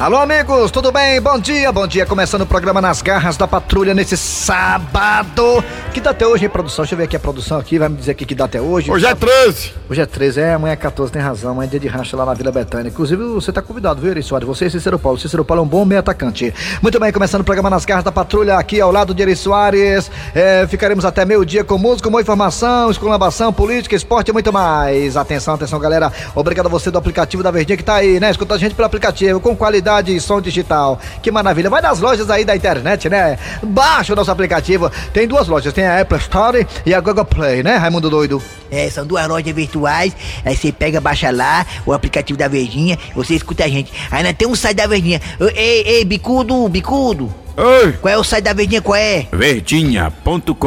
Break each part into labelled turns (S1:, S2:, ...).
S1: Alô, amigos, tudo bem? Bom dia, bom dia. Começando o programa Nas Garras da Patrulha nesse sábado. Que data é hoje, hein, produção? Deixa eu ver aqui a produção aqui, vai me dizer aqui que data é hoje.
S2: Hoje é 13.
S1: Hoje é 13, é, amanhã é 14, tem razão. Amanhã é dia de racha lá na Vila Betânia. Inclusive, você tá convidado, viu, Eri Soares? Você e Cícero Paulo. Cícero Paulo é um bom meio atacante. Muito bem, começando o programa Nas Garras da Patrulha, aqui ao lado de Eri Soares. É, ficaremos até meio-dia com música, boa informação, esculambação, política, esporte e muito mais. Atenção, atenção, galera. Obrigado a você do aplicativo da Verdinha que tá aí, né? Escuta a gente pelo aplicativo, com qualidade e som digital. Que maravilha. Vai nas lojas aí da internet, né? Baixa o nosso aplicativo. Tem duas lojas, tem a Apple Store e a Google Play, né, Raimundo Doido?
S3: É, são duas lojas virtuais. Aí você pega, baixa lá o aplicativo da Verdinha, você escuta a gente. Ainda tem um site da Verdinha. Ô, Ei, ei, bicudo, bicudo.
S2: Oi.
S3: Qual é o site da Verdinha? Qual é?
S4: verdinha.com.br.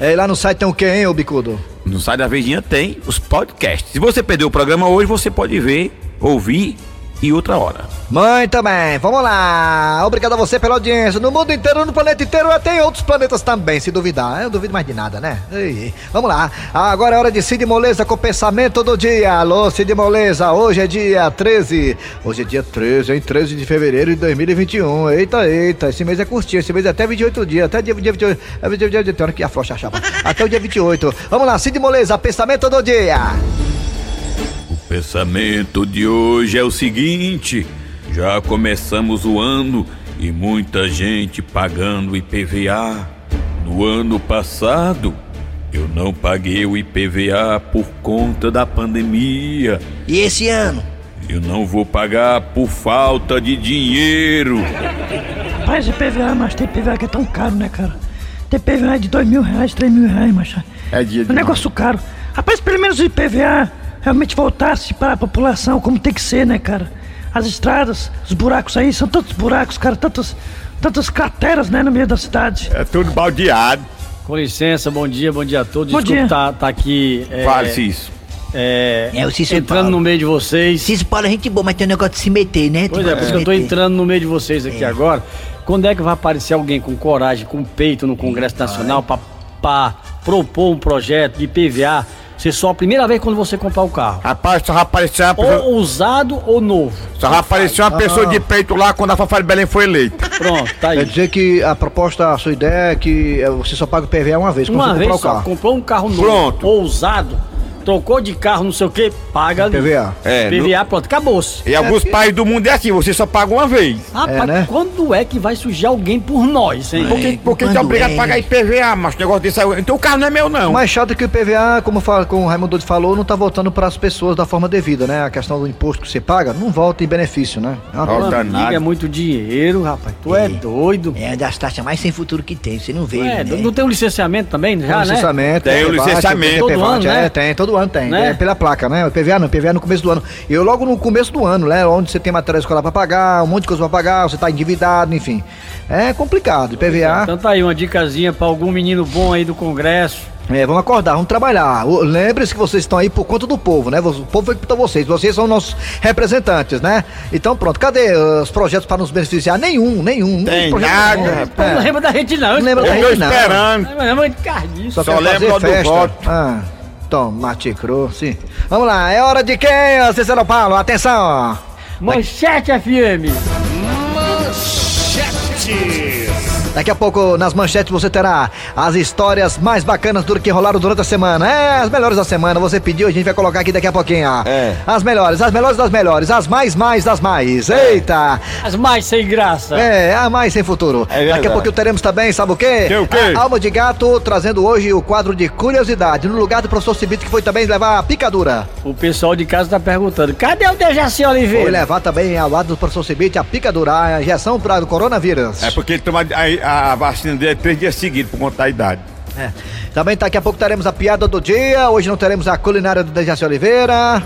S1: É, e lá no site tem o quê, hein, ô Bicudo?
S4: No site da Verdinha tem os podcasts. Se você perdeu o programa hoje, você pode ver, ouvir e outra hora.
S1: Muito bem, vamos lá. Obrigado a você pela audiência. No mundo inteiro, no planeta inteiro, é, tem outros planetas também, se duvidar. Eu duvido mais de nada, né? Ei, vamos lá. Agora é hora de Cid Moleza com o pensamento do dia. Alô, Cid Moleza, hoje é dia 13. Hoje é dia 13, hein? 13 de fevereiro de 2021. Eita, eita, esse mês é curtinho. Esse mês é até 28 dias. Até dia, dia 28. É dia, dia, dia, tem hora que afrouxa a chapa. Até o dia 28. Vamos lá, Cid Moleza, pensamento do dia.
S4: O pensamento de hoje é o seguinte: já começamos o ano e muita gente pagando IPVA. No ano passado, eu não paguei o IPVA por conta da pandemia.
S3: E esse ano?
S4: Eu não vou pagar por falta de dinheiro.
S5: Rapaz, é PVA, mas tem PVA que é tão caro, né, cara? Tem PVA de dois mil reais, três mil reais, mas
S2: É dia de
S5: um negócio caro. Rapaz, pelo menos o IPVA realmente voltasse para a população como tem que ser, né, cara? As estradas, os buracos aí, são tantos buracos, cara, tantas, tantas crateras, né, no meio da cidade.
S2: É tudo baldeado.
S6: Com licença, bom dia, bom dia a todos.
S5: Bom
S6: Desculpa
S5: dia.
S6: estar aqui é,
S4: Fale isso.
S6: é,
S3: É, o Cícero
S6: entrando
S3: Paulo.
S6: no meio de vocês.
S3: Cícero Paulo é gente boa, mas tem um negócio de se meter, né? Tem
S6: Pois é,
S3: negócio
S6: por
S3: de
S6: isso
S3: se
S6: que eu tô
S3: meter. É.
S6: entrando no meio de vocês aqui agora. Quando é que vai aparecer alguém com coragem, com peito no Congresso Nacional para propor um projeto de PVA ser só a primeira vez quando você comprar o carro?
S2: Rapaz, só vai aparecer uma pessoa,
S6: Ou usado ou novo.
S2: só vai aparecer
S3: Ah,
S2: uma pessoa de peito lá quando a Fafá de Belém foi eleita.
S6: Pronto, tá
S1: Quer
S6: aí.
S1: dizer que a proposta, a sua ideia é que eh, você só paga o PVA uma vez, quando
S6: Uma
S1: você
S6: vez
S1: comprar o
S6: só,
S1: carro.
S6: comprou um carro novo,
S2: Pronto.
S6: ou usado, trocou de carro, não sei o que, paga ali.
S1: PVA.
S2: É,
S6: PVA, pronto, acabou-se.
S2: E alguns países do mundo é assim, você só paga uma vez.
S6: Rapaz,
S1: É, né?
S6: quando é que vai surgir alguém por nós, hein?
S2: Porque, porque
S3: quando
S2: tá obrigado
S3: é?
S2: a pagar IPVA, mas o negócio desse aí. Então o carro não é meu, não.
S1: Mais chato é que o IPVA, como, fala, como o Raimundo Doido falou, não tá voltando para as pessoas da forma devida, né? A questão do imposto que você paga não volta em benefício, né? É uma
S2: Volta
S6: Amigo,
S2: nada.
S6: é muito dinheiro, rapaz. Tu é, doido.
S3: É uma das taxas mais sem futuro que tem, você não vê,
S6: É,
S3: né?
S6: não tem o licenciamento também,
S1: Tem
S6: já,
S1: o
S6: né?
S1: licenciamento,
S2: Tem o
S1: é, rebate,
S2: licenciamento.
S1: tem
S6: Todo
S1: rebate,
S6: ano,
S1: é,
S6: né?
S1: tem, todo ano tem,
S6: Né?
S1: é pela placa, né? O PVA não, PVA no começo do ano. E eu logo no começo do ano, né? Onde você tem matéria escolar pra pagar, um monte de coisa pra pagar, você tá endividado, enfim. É complicado, IPVA.
S6: Então tá aí uma dicasinha pra algum menino bom aí do Congresso.
S1: É, vamos acordar, vamos trabalhar. O- Lembre-se que vocês estão aí por conta do povo, né? O povo foi para vocês, vocês são nossos representantes, né? Então pronto, cadê os projetos pra nos beneficiar? Nenhum, nenhum.
S2: Tem
S1: Projeto
S2: nada,
S1: nenhum.
S2: rapaz.
S6: Não
S1: É.
S6: lembra da gente não.
S1: Não lembra da
S2: Eu tô
S1: gente, não.
S2: esperando.
S6: Não lembra de Carlinhos.
S1: É. Só,
S2: Só
S1: quer
S2: lembro
S1: fazer
S2: do
S1: festa.
S2: voto.
S1: Ah, tomate cru, sim. Vamos lá, é hora de quem, ô Cícero Paulo? Atenção!
S6: Manchete FM.
S1: Daqui a pouco, nas manchetes, você terá as histórias mais bacanas do que rolaram durante a semana. É, as melhores da semana. Você pediu, a gente vai colocar aqui daqui a pouquinho. ó.
S2: É.
S1: As melhores, as melhores das melhores, as mais, mais das mais.
S2: É.
S1: Eita!
S6: As mais sem graça.
S1: É, a mais sem futuro.
S2: É verdade.
S1: Daqui a pouco teremos também, sabe o quê?
S2: Que o quê?
S1: A Alma de Gato trazendo hoje o quadro de curiosidade, no lugar do professor Cibito, que foi também levar a picadura.
S6: O pessoal de casa tá perguntando, cadê o Dejaci
S1: Vou
S6: Oliveira?
S1: levar também ao lado do professor Cibite a picadura, a injeção para o coronavírus.
S2: É porque ele toma a, a- a vacina dele três dias seguidos, por conta da idade.
S1: É. Também daqui a pouco teremos a piada do dia. Hoje não teremos a culinária do Dejaci Oliveira.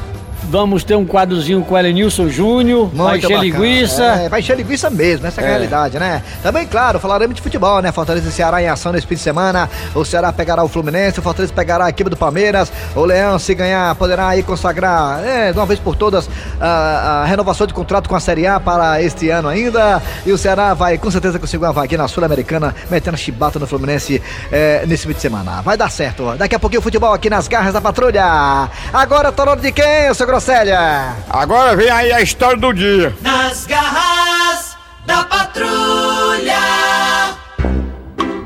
S6: Vamos ter um quadrozinho com o Elenilson Júnior, vai encher
S1: bacana.
S6: linguiça.
S1: É, vai encher linguiça mesmo, essa é a realidade, né? Também, claro, falaremos de futebol, né? Fortaleza e Ceará em ação nesse fim de semana. O Ceará pegará o Fluminense, o Fortaleza pegará a equipe do Palmeiras. O Leão, se ganhar, poderá aí consagrar, é, de uma vez por todas, a, a renovação de contrato com a Série A para este ano ainda. E o Ceará vai com certeza conseguir uma vaguinha na Sul-Americana, metendo chibata no Fluminense é, nesse fim de semana. Vai dar certo. Daqui a pouquinho o futebol aqui nas garras da patrulha. Agora tá na hora de quem, seu Márcio Grosselha.
S2: Agora vem aí a história do dia.
S7: Nas garras da patrulha.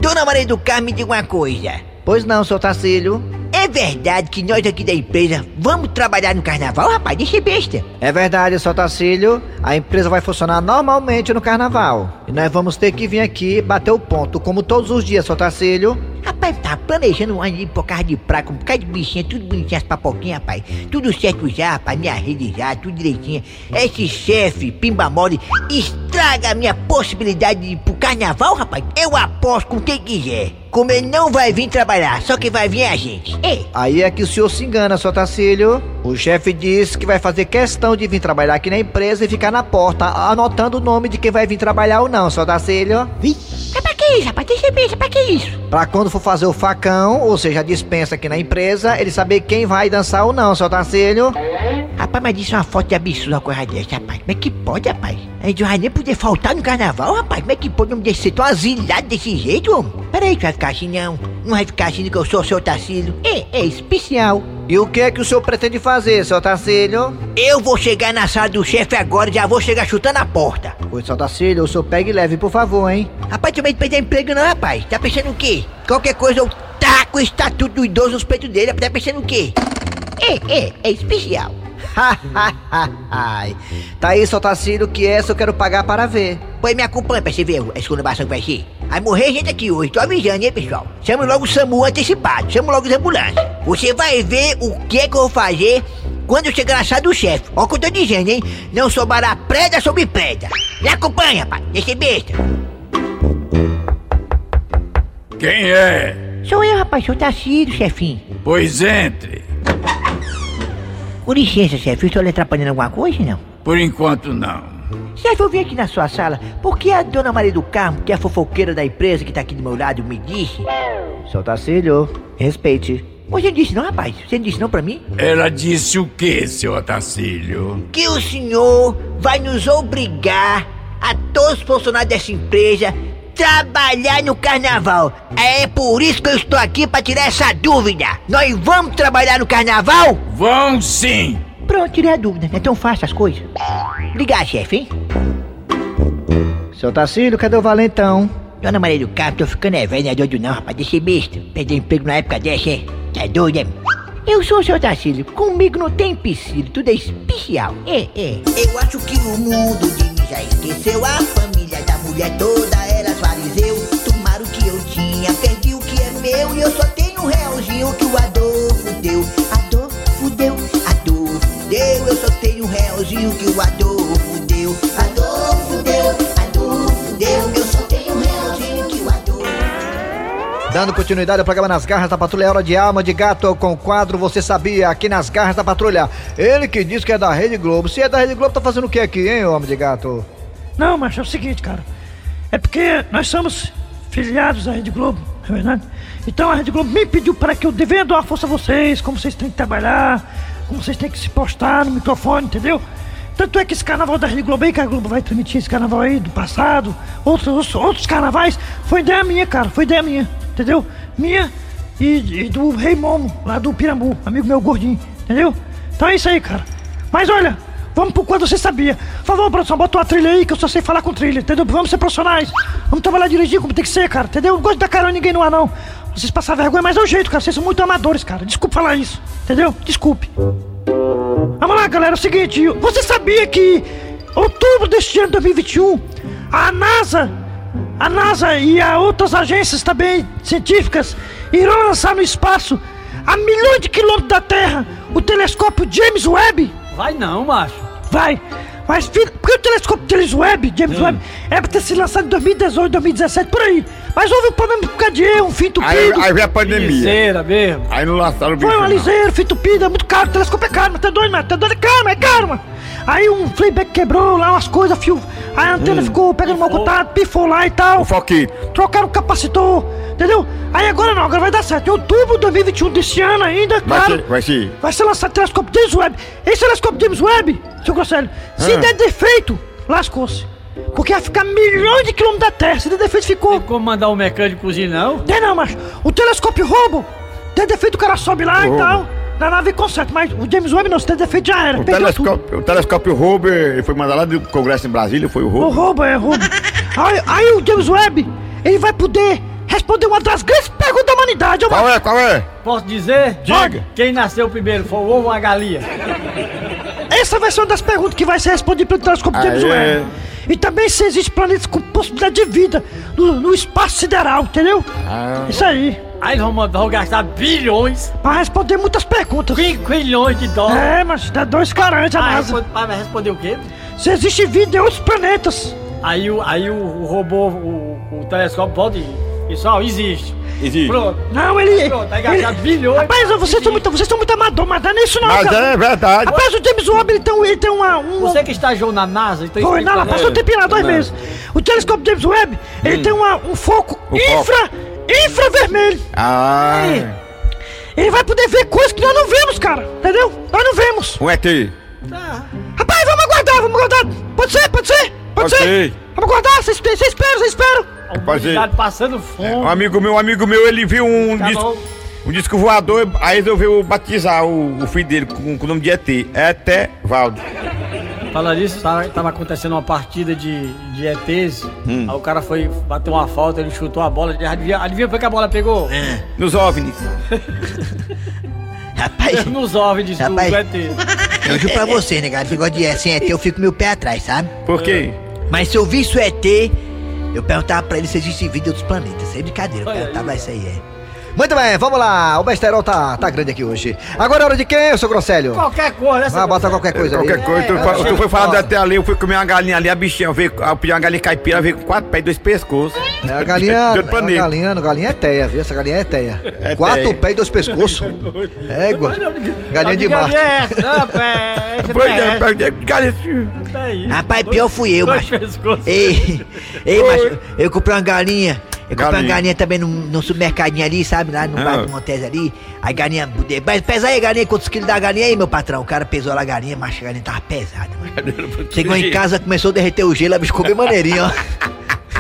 S3: Dona Maria do Carmo, me diga uma coisa.
S1: Pois não, seu Tarcílio.
S3: É verdade que nós aqui da empresa vamos trabalhar no carnaval, rapaz? Deixa ser besta.
S1: É verdade, seu Tarcílio. A empresa vai funcionar normalmente no carnaval. E nós vamos ter que vir aqui bater o ponto, como todos os dias, seu Tarcílio.
S3: Rapaz, tá planejando um ano de por causa de praia, com um bocado de bichinha, tudo bonitinho, as papoquinhas, rapaz. Tudo certo já, rapaz, minha rede já, tudo direitinho. Esse chefe, pimba mole, estraga a minha possibilidade de ir pro carnaval, rapaz. Eu aposto com quem quiser. Como ele não vai vir trabalhar, só quem vai vir é a gente. Ei,
S1: Aí é que o senhor se engana, seu Tarcílio. O chefe disse que vai fazer questão de vir trabalhar aqui na empresa e ficar na porta, anotando o nome de quem vai vir trabalhar ou não, seu Tarcílio.
S3: é pra que isso, rapaz? Deixa ser besta, pra que isso?
S1: Pra quando for fazer o facão, ou seja, a dispensa aqui na empresa, ele saber quem vai dançar ou não, seu Tarcílio.
S3: Rapaz, mas isso é uma foto de absurdo uma coisa dessa, rapaz. Como é que pode, rapaz? A gente não vai nem poder faltar no carnaval, rapaz. Como é que pode não me deixar ser tão asilado desse jeito, homem? Peraí, que vai ficar assim não. Não vai ficar assim que eu sou o seu Tacílio. É, é especial.
S1: E o que é que o senhor pretende fazer, seu Tarcílio?
S3: Eu vou chegar na sala do chefe agora e já vou chegar chutando a porta.
S1: Oi, seu Tarcílio, o senhor pega e leve, por favor, hein?
S3: Rapaz, também não perder emprego não, rapaz. Tá pensando o quê? Qualquer coisa eu taco o estatuto do idoso nos peitos dele. Tá pensando o quê? É, é, é especial.
S1: Ai, tá aí, seu Tarcílio, que essa eu quero pagar para ver.
S3: Pois me acompanha pra você ver a esculhambação que vai ser. Vai morrer gente aqui hoje, tô avisando, hein, pessoal? Chama logo o SAMU antecipado, chama logo as ambulâncias. Você vai ver o que é que eu vou fazer quando eu chegar na sala do chefe. Ó o que eu tô dizendo, hein? Não sobrará preda sobre preda. Me acompanha, pai, deixa besta.
S4: Quem é?
S3: Sou eu, rapaz, sou Tarcílio, chefinho.
S4: Pois entre.
S3: Com licença, chefe, eu estou lhe atrapalhando alguma coisa, não?
S4: Por enquanto não.
S3: Chefe, eu vim aqui na sua sala porque a dona Maria do Carmo, que é a fofoqueira da empresa que tá aqui do meu lado, me disse.
S1: Seu Tarcílio, respeite.
S3: Você não disse não, rapaz? Você não disse não pra mim?
S4: Ela disse o que, seu Otacílio?
S3: que o senhor vai nos obrigar a todos os funcionários dessa empresa trabalhar no carnaval. É por isso que eu estou aqui para tirar essa dúvida. Nós vamos trabalhar no carnaval?
S4: Vão sim!
S3: Pronto, tirei a dúvida. Não é tão fácil as coisas. Obrigado, chefe, hein?
S1: Seu Tarcílio, tá cadê o valentão?
S3: Dona Maria do Carmo, tô ficando é velho, não é doido não, rapaz, deixa besta. Perder emprego na época dessa, é? Tá doido, é? Eu sou o seu Tarcílio, comigo não tem empecilho, tudo é especial. É, é. Eu acho que o mundo de mim já esqueceu, a família da mulher toda era fariseu. Tomaram o que eu tinha, perdi o que é meu, e eu só tenho um realzinho que o Adolfo deu. Adolfo deu, Adolfo deu, eu só tenho um realzinho que o Adolfo deu. Adolfo deu, Adolfo deu, eu só tenho um realzinho que o Adolfo deu.
S1: Dando continuidade ao programa Nas Garras da Patrulha, é hora de alma de gato com o quadro Você Sabia, aqui nas Garras da Patrulha. Ele que diz que é da Rede Globo. Se é da Rede Globo, tá fazendo o que aqui, hein, homem de gato?
S5: Não, mas é o seguinte, cara. É porque nós somos filiados à Rede Globo, é verdade? Então a Rede Globo me pediu para que eu devendo dar uma força a vocês, como vocês têm que trabalhar, como vocês têm que se postar no microfone, entendeu? Tanto é que esse carnaval da Rede Globo aí, que a Globo vai transmitir esse carnaval aí do passado, outros, outros, outros carnavais, foi ideia minha, cara, foi ideia minha, entendeu? Minha e, e do Rei Momo, lá do Pirambu, amigo meu gordinho, entendeu? Então é isso aí, cara. Mas olha, vamos pro quando você sabia. Por favor, produção, bota uma trilha aí que eu só sei falar com trilha, entendeu? Vamos ser profissionais. Vamos trabalhar direitinho como tem que ser, cara, entendeu? Não gosto de dar carona a ninguém no ar, não. Vocês passam vergonha, mas é o jeito, cara. Vocês são muito amadores, cara. Desculpa falar isso, entendeu? Desculpe. Vamos lá, galera. É o seguinte, você sabia que outubro deste ano 2021, a NASA, a NASA e a outras agências também científicas irão lançar no espaço, a milhões de quilômetros da Terra, o telescópio James Webb?
S6: Vai não, macho.
S5: Vai! Mas, filho, porque o telescópio James Webb, James
S6: Hum.
S5: Webb, era pra ter sido lançado em 2018, 2017, por aí. Mas houve um problema por causa de erro, um fim
S2: Aí,
S5: entupido.
S2: aí vem a pandemia.
S6: Liseira mesmo.
S2: Aí não lançaram o bicho.
S5: Foi uma
S2: não.
S5: liseira, fim entupido, é muito caro, o telescópio é caro, mas tá doido, mano, tá doido, é caro, é caro, mano. Aí um playback quebrou lá, umas coisas, fio, aí a antena ficou pegando mau contato, pifou lá e tal.
S2: O Foquito.
S5: Trocaram o capacitor, entendeu? Aí agora não, agora vai dar certo. Em outubro de 2021 desse ano ainda,
S2: Vai
S5: claro.
S2: ser, vai ser.
S5: Vai ser lançado o telescópio James Webb. Esse telescópio James Webb, seu Grosselio, se der defeito, lascou-se. Porque ia ficar milhões de quilômetros da Terra. Se der defeito, ficou.
S6: Tem como mandar um mecânico cozinhar, não?
S5: Tem não, mas o telescópio roubo. Tem defeito, o cara sobe lá e
S2: Roubo.
S5: tal. na nave conserto, mas o James Webb não se tem defeito já era.
S2: O
S5: perdeu
S2: telescópio, o telescópio Hubble foi mandado lá do Congresso em Brasília, foi o
S5: tudo. O
S2: Hubble.
S5: roubo é roubo. aí, aí o James Webb, ele vai poder responder uma das grandes perguntas da humanidade.
S2: Qual é? Qual é?
S6: Posso dizer?
S2: Diga.
S6: Quem nasceu primeiro, foi o ovo ou a galinha?
S5: Essa vai ser uma das perguntas que vai ser respondida pelo telescópio James
S2: Aê.
S5: Webb. E também se existem planetas com possibilidade de vida no, no espaço sideral, entendeu?
S2: Ah.
S5: Isso aí.
S6: Aí eles vão mandar vão gastar bilhões,
S5: Pra responder muitas perguntas.
S6: quinquilhões de dólares.
S5: É, mas dá dois caras a
S6: Aí
S5: NASA.
S6: responde- mas vai responder o quê?
S5: Se existe vida em outros planetas.
S6: Aí o, aí o, o robô, o, o telescópio volta e... Pessoal, existe.
S2: Existe.
S6: Pronto.
S5: Não, ele.
S6: Pronto, vai
S5: ele-
S6: gastar tá bilhões.
S5: Rapaz, vocês são muito, vocês são muito amador, mas não é isso não,
S2: Mas
S5: cara.
S2: é verdade.
S5: Rapaz, o James Webb ele tem, um- ele tem uma. Um...
S6: Você que estagiou na NASA... Então
S5: Foi, não, ela passou um tempinho lá, dois meses. O telescópio James Webb, ele tem uma- um foco infra. infravermelho.
S2: Ah,
S5: Ele vai poder ver coisas que nós não vemos, cara. Entendeu? Nós não vemos. Tá.
S2: um ET.
S5: Rapaz, vamos aguardar, vamos aguardar. Pode ser, pode ser, pode
S2: Ok.
S5: ser. Vamos aguardar, vocês vocês esperam, vocês esperam.
S6: A humanidade passando fome.
S2: Um amigo meu, um amigo meu, ele viu um
S6: É. Tá
S2: disco,
S6: bom.
S2: um disco voador, aí resolveu batizar o, o filho dele com, com o nome de ET. ET Valdo.
S1: É,
S6: Falando nisso, tava, tá- tava acontecendo uma partida de, de ETs. Aí o cara foi bater uma falta, ele chutou a bola. Adivinha, adivinha foi que a bola pegou?
S2: Nos OVNIs.
S3: Rapaz,
S6: Nos OVNIs do, do
S3: Rapaz.
S6: ET.
S3: eu juro pra você, negado. Esse negócio de ET, sem ET, eu fico meu pé atrás, sabe?
S2: Por quê?
S3: Mas se eu visse o ET, eu perguntava pra ele se existe vida dos planetas. Sem brincadeira, eu
S6: Olha aí.
S3: perguntava isso aí, é.
S1: Muito bem, vamos lá. O besterol tá, tá grande aqui hoje. Agora é hora de quem, seu Grosselho?
S6: Qualquer coisa, né, essa
S1: Ah, bota qualquer coisa
S2: Qualquer
S1: ali.
S2: coisa, tu,
S1: é,
S2: fa-
S1: é,
S2: tu foi
S1: é,
S2: falar do
S1: é.
S2: ET ali, eu fui comer uma galinha ali, a bichinha veio, eu pedi uma galinha caipira, veio com quatro pés e dois pescoços.
S1: É, a galinha,
S2: De
S1: a
S2: outro planeta.
S1: galinha, a galinha é teia, viu? Essa galinha é teia.
S2: É
S1: Quatro
S2: teia.
S1: pés e dois pescoços. Égua. Galinha de Marte.
S6: É essa, não,
S1: э,
S6: é, essa
S2: Pois
S6: é,
S2: é,
S6: essa
S2: pega- galinha.
S6: daí.
S3: Rapaz,
S6: Dois-
S3: pior fui eu,
S6: dois
S3: macho.
S6: pescoços.
S3: Ei, ei, macho, eu comprei uma galinha. Eu comprei uma
S2: Galinha.
S3: galinha também num, num supermercadinho ali, sabe? Lá no
S2: Ah.
S3: Parque Montes ali. A galinha. Mas pesa aí, galinha, quantos quilos da galinha aí, meu patrão? O cara pesou lá a galinha, macho, a galinha tava pesada, macho. Chegou em casa, começou a derreter o gelo, a bicho ficou bem maneirinho, ó.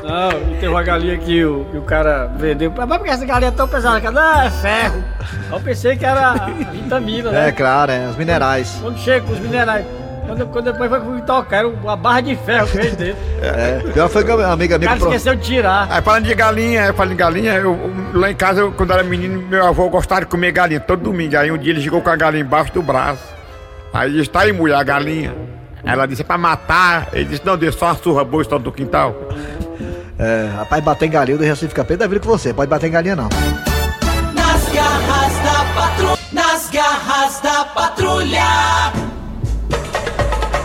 S6: Não, e tem uma galinha que o, que o cara vendeu. Mas por que essa galinha é tão pesada? Cara? Não, é ferro. Aí Eu pensei que era vitamina, né?
S1: É, claro, é, os minerais.
S6: Quando chega com os minerais. Quando, quando depois foi que eu fui tocar, era uma barra de ferro que veio dentro.
S1: É. Pior foi que a amiga
S6: O
S1: minha
S6: cara
S1: comprou.
S6: esqueceu de É, tirar.
S2: Aí falando de galinha, aí falando de galinha, eu- eu- lá em casa, eu, quando era menino, meu avô gostava de comer galinha todo domingo. Aí um dia ele chegou com a galinha embaixo do braço. Aí disse, tá aí, mulher, a galinha. Ela disse, é pra matar. Ele disse, não, deu só uma surra boa, está do quintal.
S1: É, rapaz, bater em galinha, o do Recife fica pé da vida com você. Pode bater em galinha, não.
S7: Nas garras da patrulha. Nas garras da patrulha.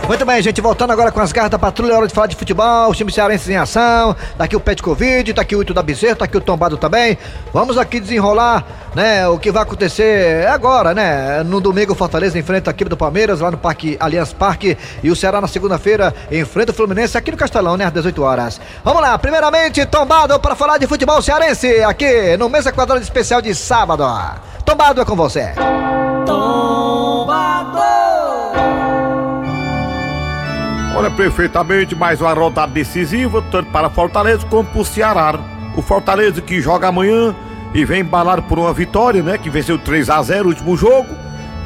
S1: Muito bem, gente, voltando agora com as garras da patrulha, é hora de falar de futebol, os times cearenses em ação, daqui o Pet Covid, daqui o Ito da Bezerra, daqui o Tombado também. Vamos aqui desenrolar, né, o que vai acontecer agora, né? No domingo o Fortaleza enfrenta a equipe do Palmeiras lá no Parque Allianz Parque e o Ceará na segunda-feira enfrenta o Fluminense aqui no Castelão, né, às 18 horas. Vamos lá, primeiramente, Tombado para falar de futebol cearense aqui no Mesa Quadrada Especial de sábado. Tombado é com você.
S2: Olha, perfeitamente, mais uma rodada decisiva, tanto para Fortaleza como para o Ceará. O Fortaleza que joga amanhã e vem embalado por uma vitória, né? Que venceu 3 a 0 o último jogo.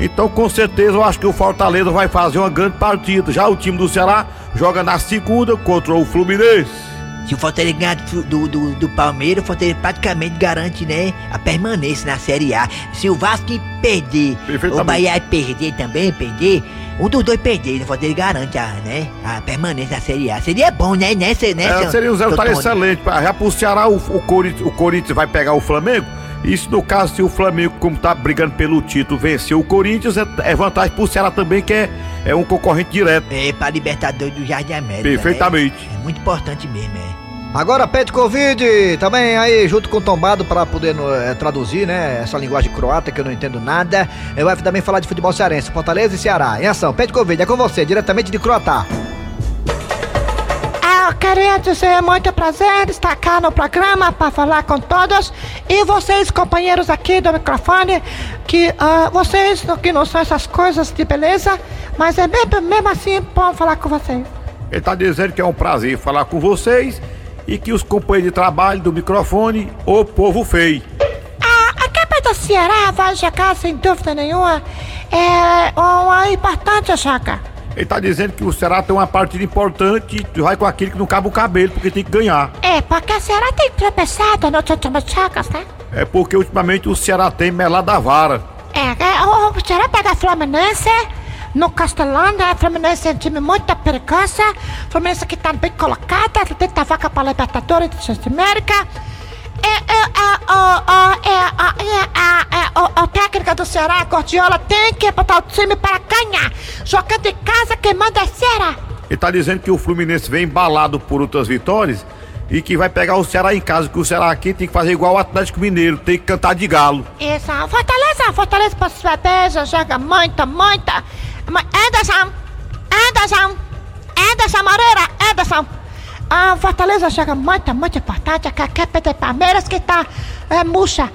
S2: Então, com certeza, eu acho que o Fortaleza vai fazer uma grande partida. Já o time do Ceará joga na segunda contra o Fluminense.
S3: Se o Fortaleza ganhar do, do, do- do Palmeiras, o Fortaleza praticamente garante, né, a permanência na Série A. Se o Vasco perder,
S2: Perfeitamente.
S3: o Bahia é perder também, perder, um dos dois perder, o Fortaleza garante a, né, a permanência na Série A. Seria bom, né, né, se- né
S2: É,
S3: seu-
S2: seria um
S3: seu
S2: resultado
S3: Tony?
S2: excelente. Pra- Já pro Ceará, o, o, Corinthians, o Corinthians vai pegar o Flamengo. Isso no caso, se o Flamengo, como tá brigando pelo título, vencer o Corinthians, é, é vantagem pro Ceará também, que é, é um concorrente direto.
S3: É, pra Libertadores do Jardim América. né?
S2: Perfeitamente.
S3: É muito importante mesmo, é.
S1: Agora pede Covid, também aí junto com o Tombado para poder no- eh, traduzir, né, essa linguagem croata que eu não entendo nada. Eu vai também falar de futebol cearense, Fortaleza e Ceará. Em ação, pede Covid, é com você, diretamente de Croatá.
S8: Ah, eu queria dizer muito prazer estar cá no programa para falar com todos e vocês, companheiros aqui do microfone, que ah, vocês não- que não são essas coisas de beleza, mas é mesmo, mesmo assim bom falar com vocês.
S2: Ele tá dizendo que é um prazer falar com vocês e que os companheiros de trabalho do microfone, o povo feio.
S8: Ah, aquele pedacinho Ceará vai chegar, sem dúvida nenhuma, é uma importante chaca.
S2: Ele tá dizendo que o Ceará tem uma partida importante e tu vai com aquele que não cabe o cabelo, porque tem que ganhar.
S8: É, porque o Ceará tem tropeçado nas últimas chacas, né?
S2: É porque ultimamente o Ceará tem melado a vara.
S8: É, é, o, o Ceará pega Fluminense no Castelão, né? Fluminense é um time muito perigoso. Fluminense que tá bem colocada, tenta vaca para Libertadores do Sul América. É, é, é, ó, ó, é, ó, é, a- é, ó, ó, técnica do Ceará, Gordiola, tem que botar o time para ganhar. Jogando em casa, quem manda é Ceará.
S2: Ele tá dizendo que o Fluminense vem embalado por outras vitórias e que vai pegar o Ceará em casa, que o Ceará aqui tem que fazer igual o Atlético Mineiro, tem que cantar de galo.
S8: Isso, Fortaleza, Fortaleza para estratégia, joga muita, muita. Mas Anderson, Anderson, Anderson Moreira, Anderson. É, A Fortaleza joga muita, muito importante. é A capa de Palmeiras que tá é, murcha.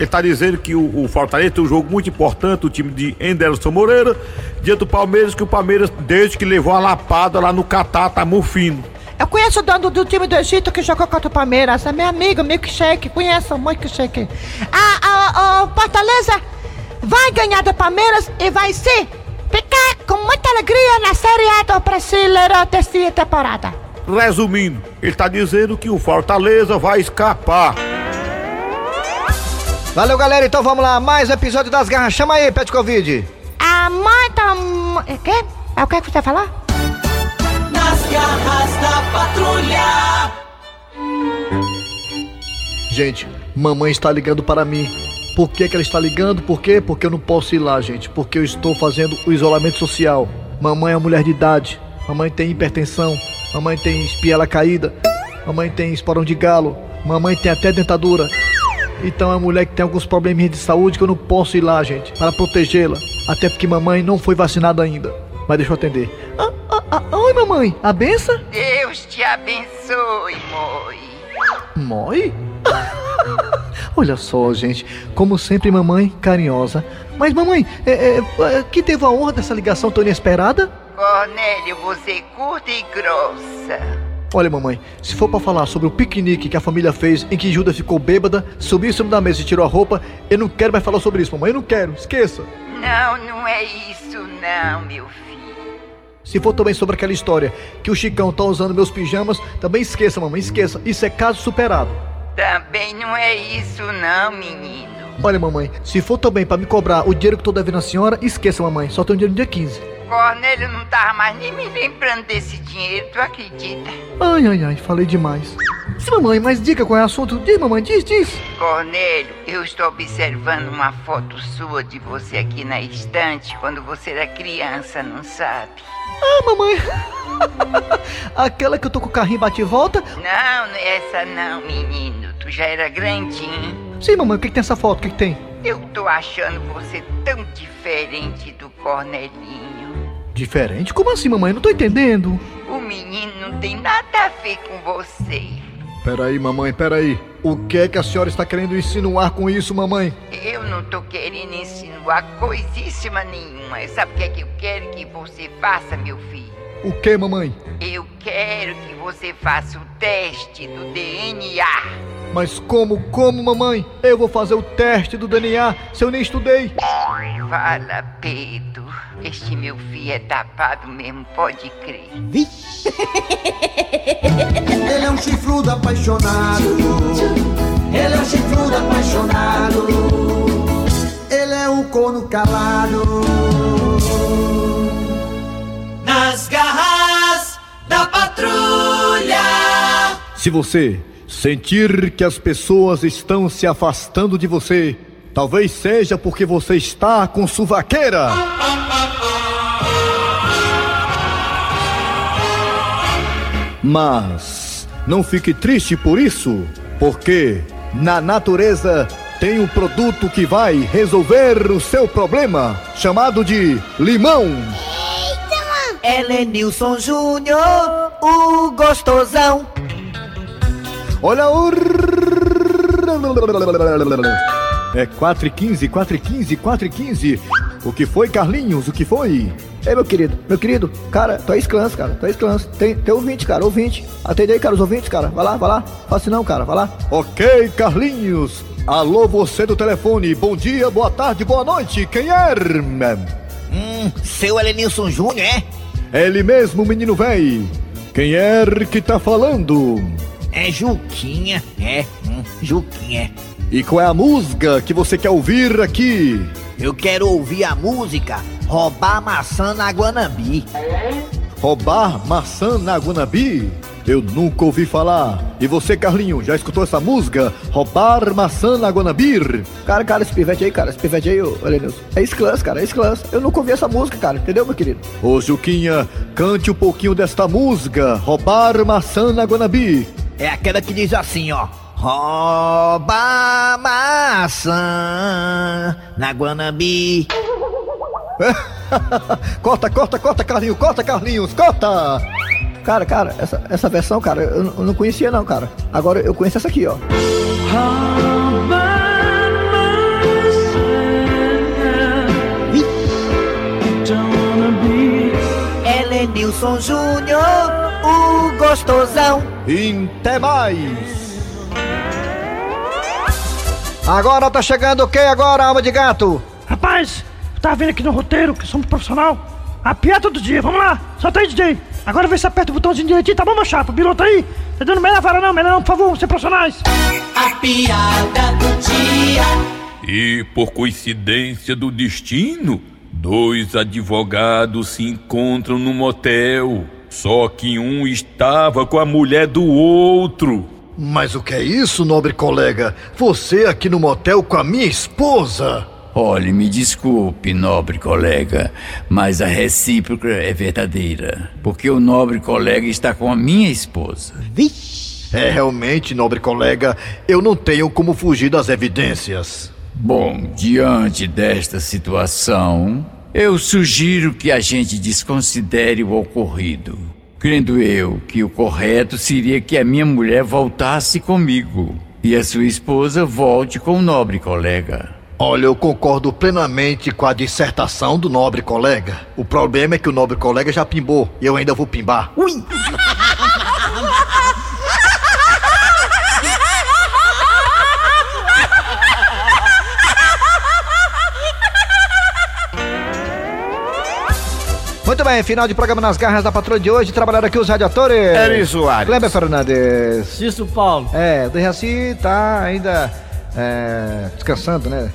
S2: Ele tá dizendo que o, o Fortaleza tem um jogo muito importante, o time de Enderson Moreira, diante do Palmeiras, que o Palmeiras, desde que levou a lapada lá no Catar, tá mufino.
S8: Eu conheço o dono do time do Egito que jogou contra o Palmeiras. É meu amigo, milkshake. Conheço o milkshake. A, a, a Fortaleza vai ganhar do Palmeiras e vai se ficar com muita alegria na Série A do Brasileiro desta temporada.
S2: Resumindo, ele tá dizendo que o Fortaleza vai escapar.
S9: Valeu, galera. Então vamos lá. Mais um episódio das garras. Chama aí, Pet Covid.
S8: Ah, muita... mu- é quê? É o que é que você falou?
S7: Nas garras da patrulha.
S9: Gente, mamãe está ligando para mim. Por que, que ela está ligando? Por quê? Porque eu não posso ir lá, gente. Porque eu estou fazendo o isolamento social. Mamãe é uma mulher de idade. Mamãe tem hipertensão. Mamãe tem espiela caída. Mamãe tem esporão de galo. Mamãe tem até dentadura. Então é uma mulher que tem alguns probleminhas de saúde que eu não posso ir lá, gente, para protegê-la. Até porque mamãe não foi vacinada ainda. Mas deixa eu atender. Ah, ah, ah, oi, mamãe. A benção?
S10: Deus te abençoe, moi.
S9: Moi? Olha só, gente, como sempre, mamãe carinhosa. Mas, mamãe, é, é, é, que teve a honra dessa ligação tão inesperada?
S10: Cornélio, você curta e grossa.
S9: Olha, mamãe, se for pra falar sobre o piquenique que a família fez em que Judas ficou bêbada, subiu em cima da mesa e tirou a roupa, eu não quero mais falar sobre isso, mamãe, eu não quero, esqueça.
S10: Não, não é isso não, meu filho.
S9: Se for também sobre aquela história que o Chicão tá usando meus pijamas, também esqueça, mamãe, esqueça, isso é caso superado.
S10: Também não é isso não, menino.
S9: Olha, mamãe, se for também pra me cobrar o dinheiro que eu tô devendo à senhora, esqueça, mamãe, só tem dinheiro no dia 15.
S10: Cornélio não tava mais nem me lembrando desse dinheiro, tu acredita?
S9: Ai, ai, ai, falei demais. Sim, mamãe, mas diga qual é o assunto. Diz, mamãe, diz, diz.
S10: Cornélio, eu estou observando uma foto sua de você aqui na estante quando você era criança, não sabe?
S9: Ah, mamãe. Aquela que eu tô com o carrinho bate e volta?
S10: Não, não é essa não, menino. Tu já era grandinho.
S9: Sim, mamãe, o que, que tem essa foto? O que, que tem?
S10: Eu tô achando você tão diferente do Cornelinho.
S9: Diferente? Como assim, mamãe? Não tô entendendo.
S10: O menino não tem nada a ver com você.
S9: Peraí, mamãe, peraí. O que é que a senhora está querendo insinuar com isso, mamãe?
S10: Eu não tô querendo insinuar coisíssima nenhuma. Sabe o que é que eu quero que você faça, meu filho?
S9: O que, mamãe?
S10: Eu quero que você faça o teste do DNA.
S9: Mas como, como, mamãe? Eu vou fazer o teste do DNA se eu nem estudei.
S10: Fala, Pedro. Este meu filho é tapado mesmo, pode crer.
S3: Ele é um chifrudo apaixonado.
S7: Ele é um chifrudo apaixonado.
S3: Ele é um corno calado.
S7: Nas garras da patrulha.
S9: Se você sentir que as pessoas estão se afastando de você, talvez seja porque você está com suvaqueira. Mas não fique triste por isso, porque na natureza tem um produto que vai resolver o seu problema, chamado de limão.
S3: Helenilson Júnior, o gostosão.
S9: Olha o. É 4 e 15, 4 e 15, 4 e 15. O que foi, Carlinhos? O que foi?
S11: Ei, É, meu querido, meu querido, cara, tu é esclanço, cara, tu é esclanço. Tem, tem ouvinte, cara, ouvinte. Atende aí, cara, os ouvintes, cara. Vai lá, vai lá. Faça não, cara, vai lá.
S9: Ok, Carlinhos. Alô, você do telefone. Bom dia, boa tarde, boa noite. Quem é?
S3: Hum, seu Elenilson Júnior, é?
S9: É ele mesmo, menino véi. Quem é que tá falando?
S3: É Juquinha, é. Hum, Juquinha.
S9: E qual é a música que você quer ouvir aqui?
S3: Eu quero ouvir a música Roubar Maçã na Guanambi.
S9: Roubar maçã na Guanambi? Eu nunca ouvi falar. E você, Carlinho, já escutou essa música? Roubar maçã na Guanabir?
S1: Cara, cara, esse pivete aí, cara, esse pivete aí, ô, ô Lenilson. É esclãs, cara, é esclãs. Eu nunca ouvi essa música, cara, entendeu, meu querido?
S9: Ô, Juquinha, cante um pouquinho desta música. Roubar maçã na Guanabir.
S3: É aquela que diz assim, ó. Rouba maçã na Guanambi.
S9: corta, corta, corta, Carlinhos, corta, Carlinhos, corta!
S1: Cara, cara, essa, essa versão, cara, eu, n- eu não conhecia não, cara. Agora eu conheço essa aqui, ó.
S7: Elenilson é Júnior, o gostosão.
S9: E até mais! Agora tá chegando o que agora, alma de gato?
S5: Rapaz, eu tava vendo aqui no roteiro que somos profissional. A piada do dia, vamos lá, solta aí, DJ. Agora vê se aperta o botãozinho direitinho, tá bom, meu chapa? Pilota aí. Tá dando merda fora não, merda não, por favor, ser profissionais.
S12: A piada do dia.
S4: E, por coincidência do destino, dois advogados se encontram no motel. Só que um estava com a mulher do outro.
S9: Mas o que é isso, nobre colega? Você aqui no motel com a minha esposa?
S13: Olhe, me desculpe, nobre colega, mas a recíproca é verdadeira, porque o nobre colega está com a minha esposa.
S9: É realmente, nobre colega, eu não tenho como fugir das evidências.
S13: Bom, diante desta situação, eu sugiro que a gente desconsidere o ocorrido, crendo eu que o correto seria que a minha mulher voltasse comigo e a sua esposa volte com o nobre colega.
S9: Olha, eu concordo plenamente com a dissertação do nobre colega. O problema é que o nobre colega já pimbou e eu ainda vou pimbar. Ui! Muito bem, final de programa nas garras da patrulha de hoje. Trabalharam aqui os radiadores.
S14: Eri Soares.
S9: Kleber Fernandes.
S6: Cício Paulo.
S9: É, o Dejaci tá ainda é, descansando, né?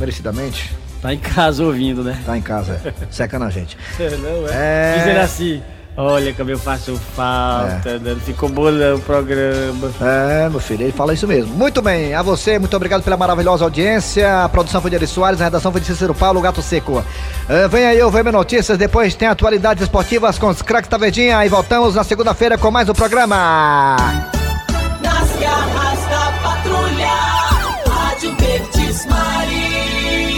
S9: Merecidamente.
S6: Tá em casa ouvindo, né?
S9: Tá em casa, é. secando a gente.
S6: Não
S9: É.
S6: Dizer assim, olha como eu faço falta,
S1: É.
S6: né? ficou bolão o programa.
S9: É, meu filho, ele fala isso mesmo. Muito bem, a você, muito obrigado pela maravilhosa audiência. A produção foi de Eri Soares, a redação foi de Cícero Paulo, Gato Seco. É, vem aí, eu venho notícias, depois tem atualidades esportivas com os craques da Verdinha e voltamos na segunda-feira com mais um programa.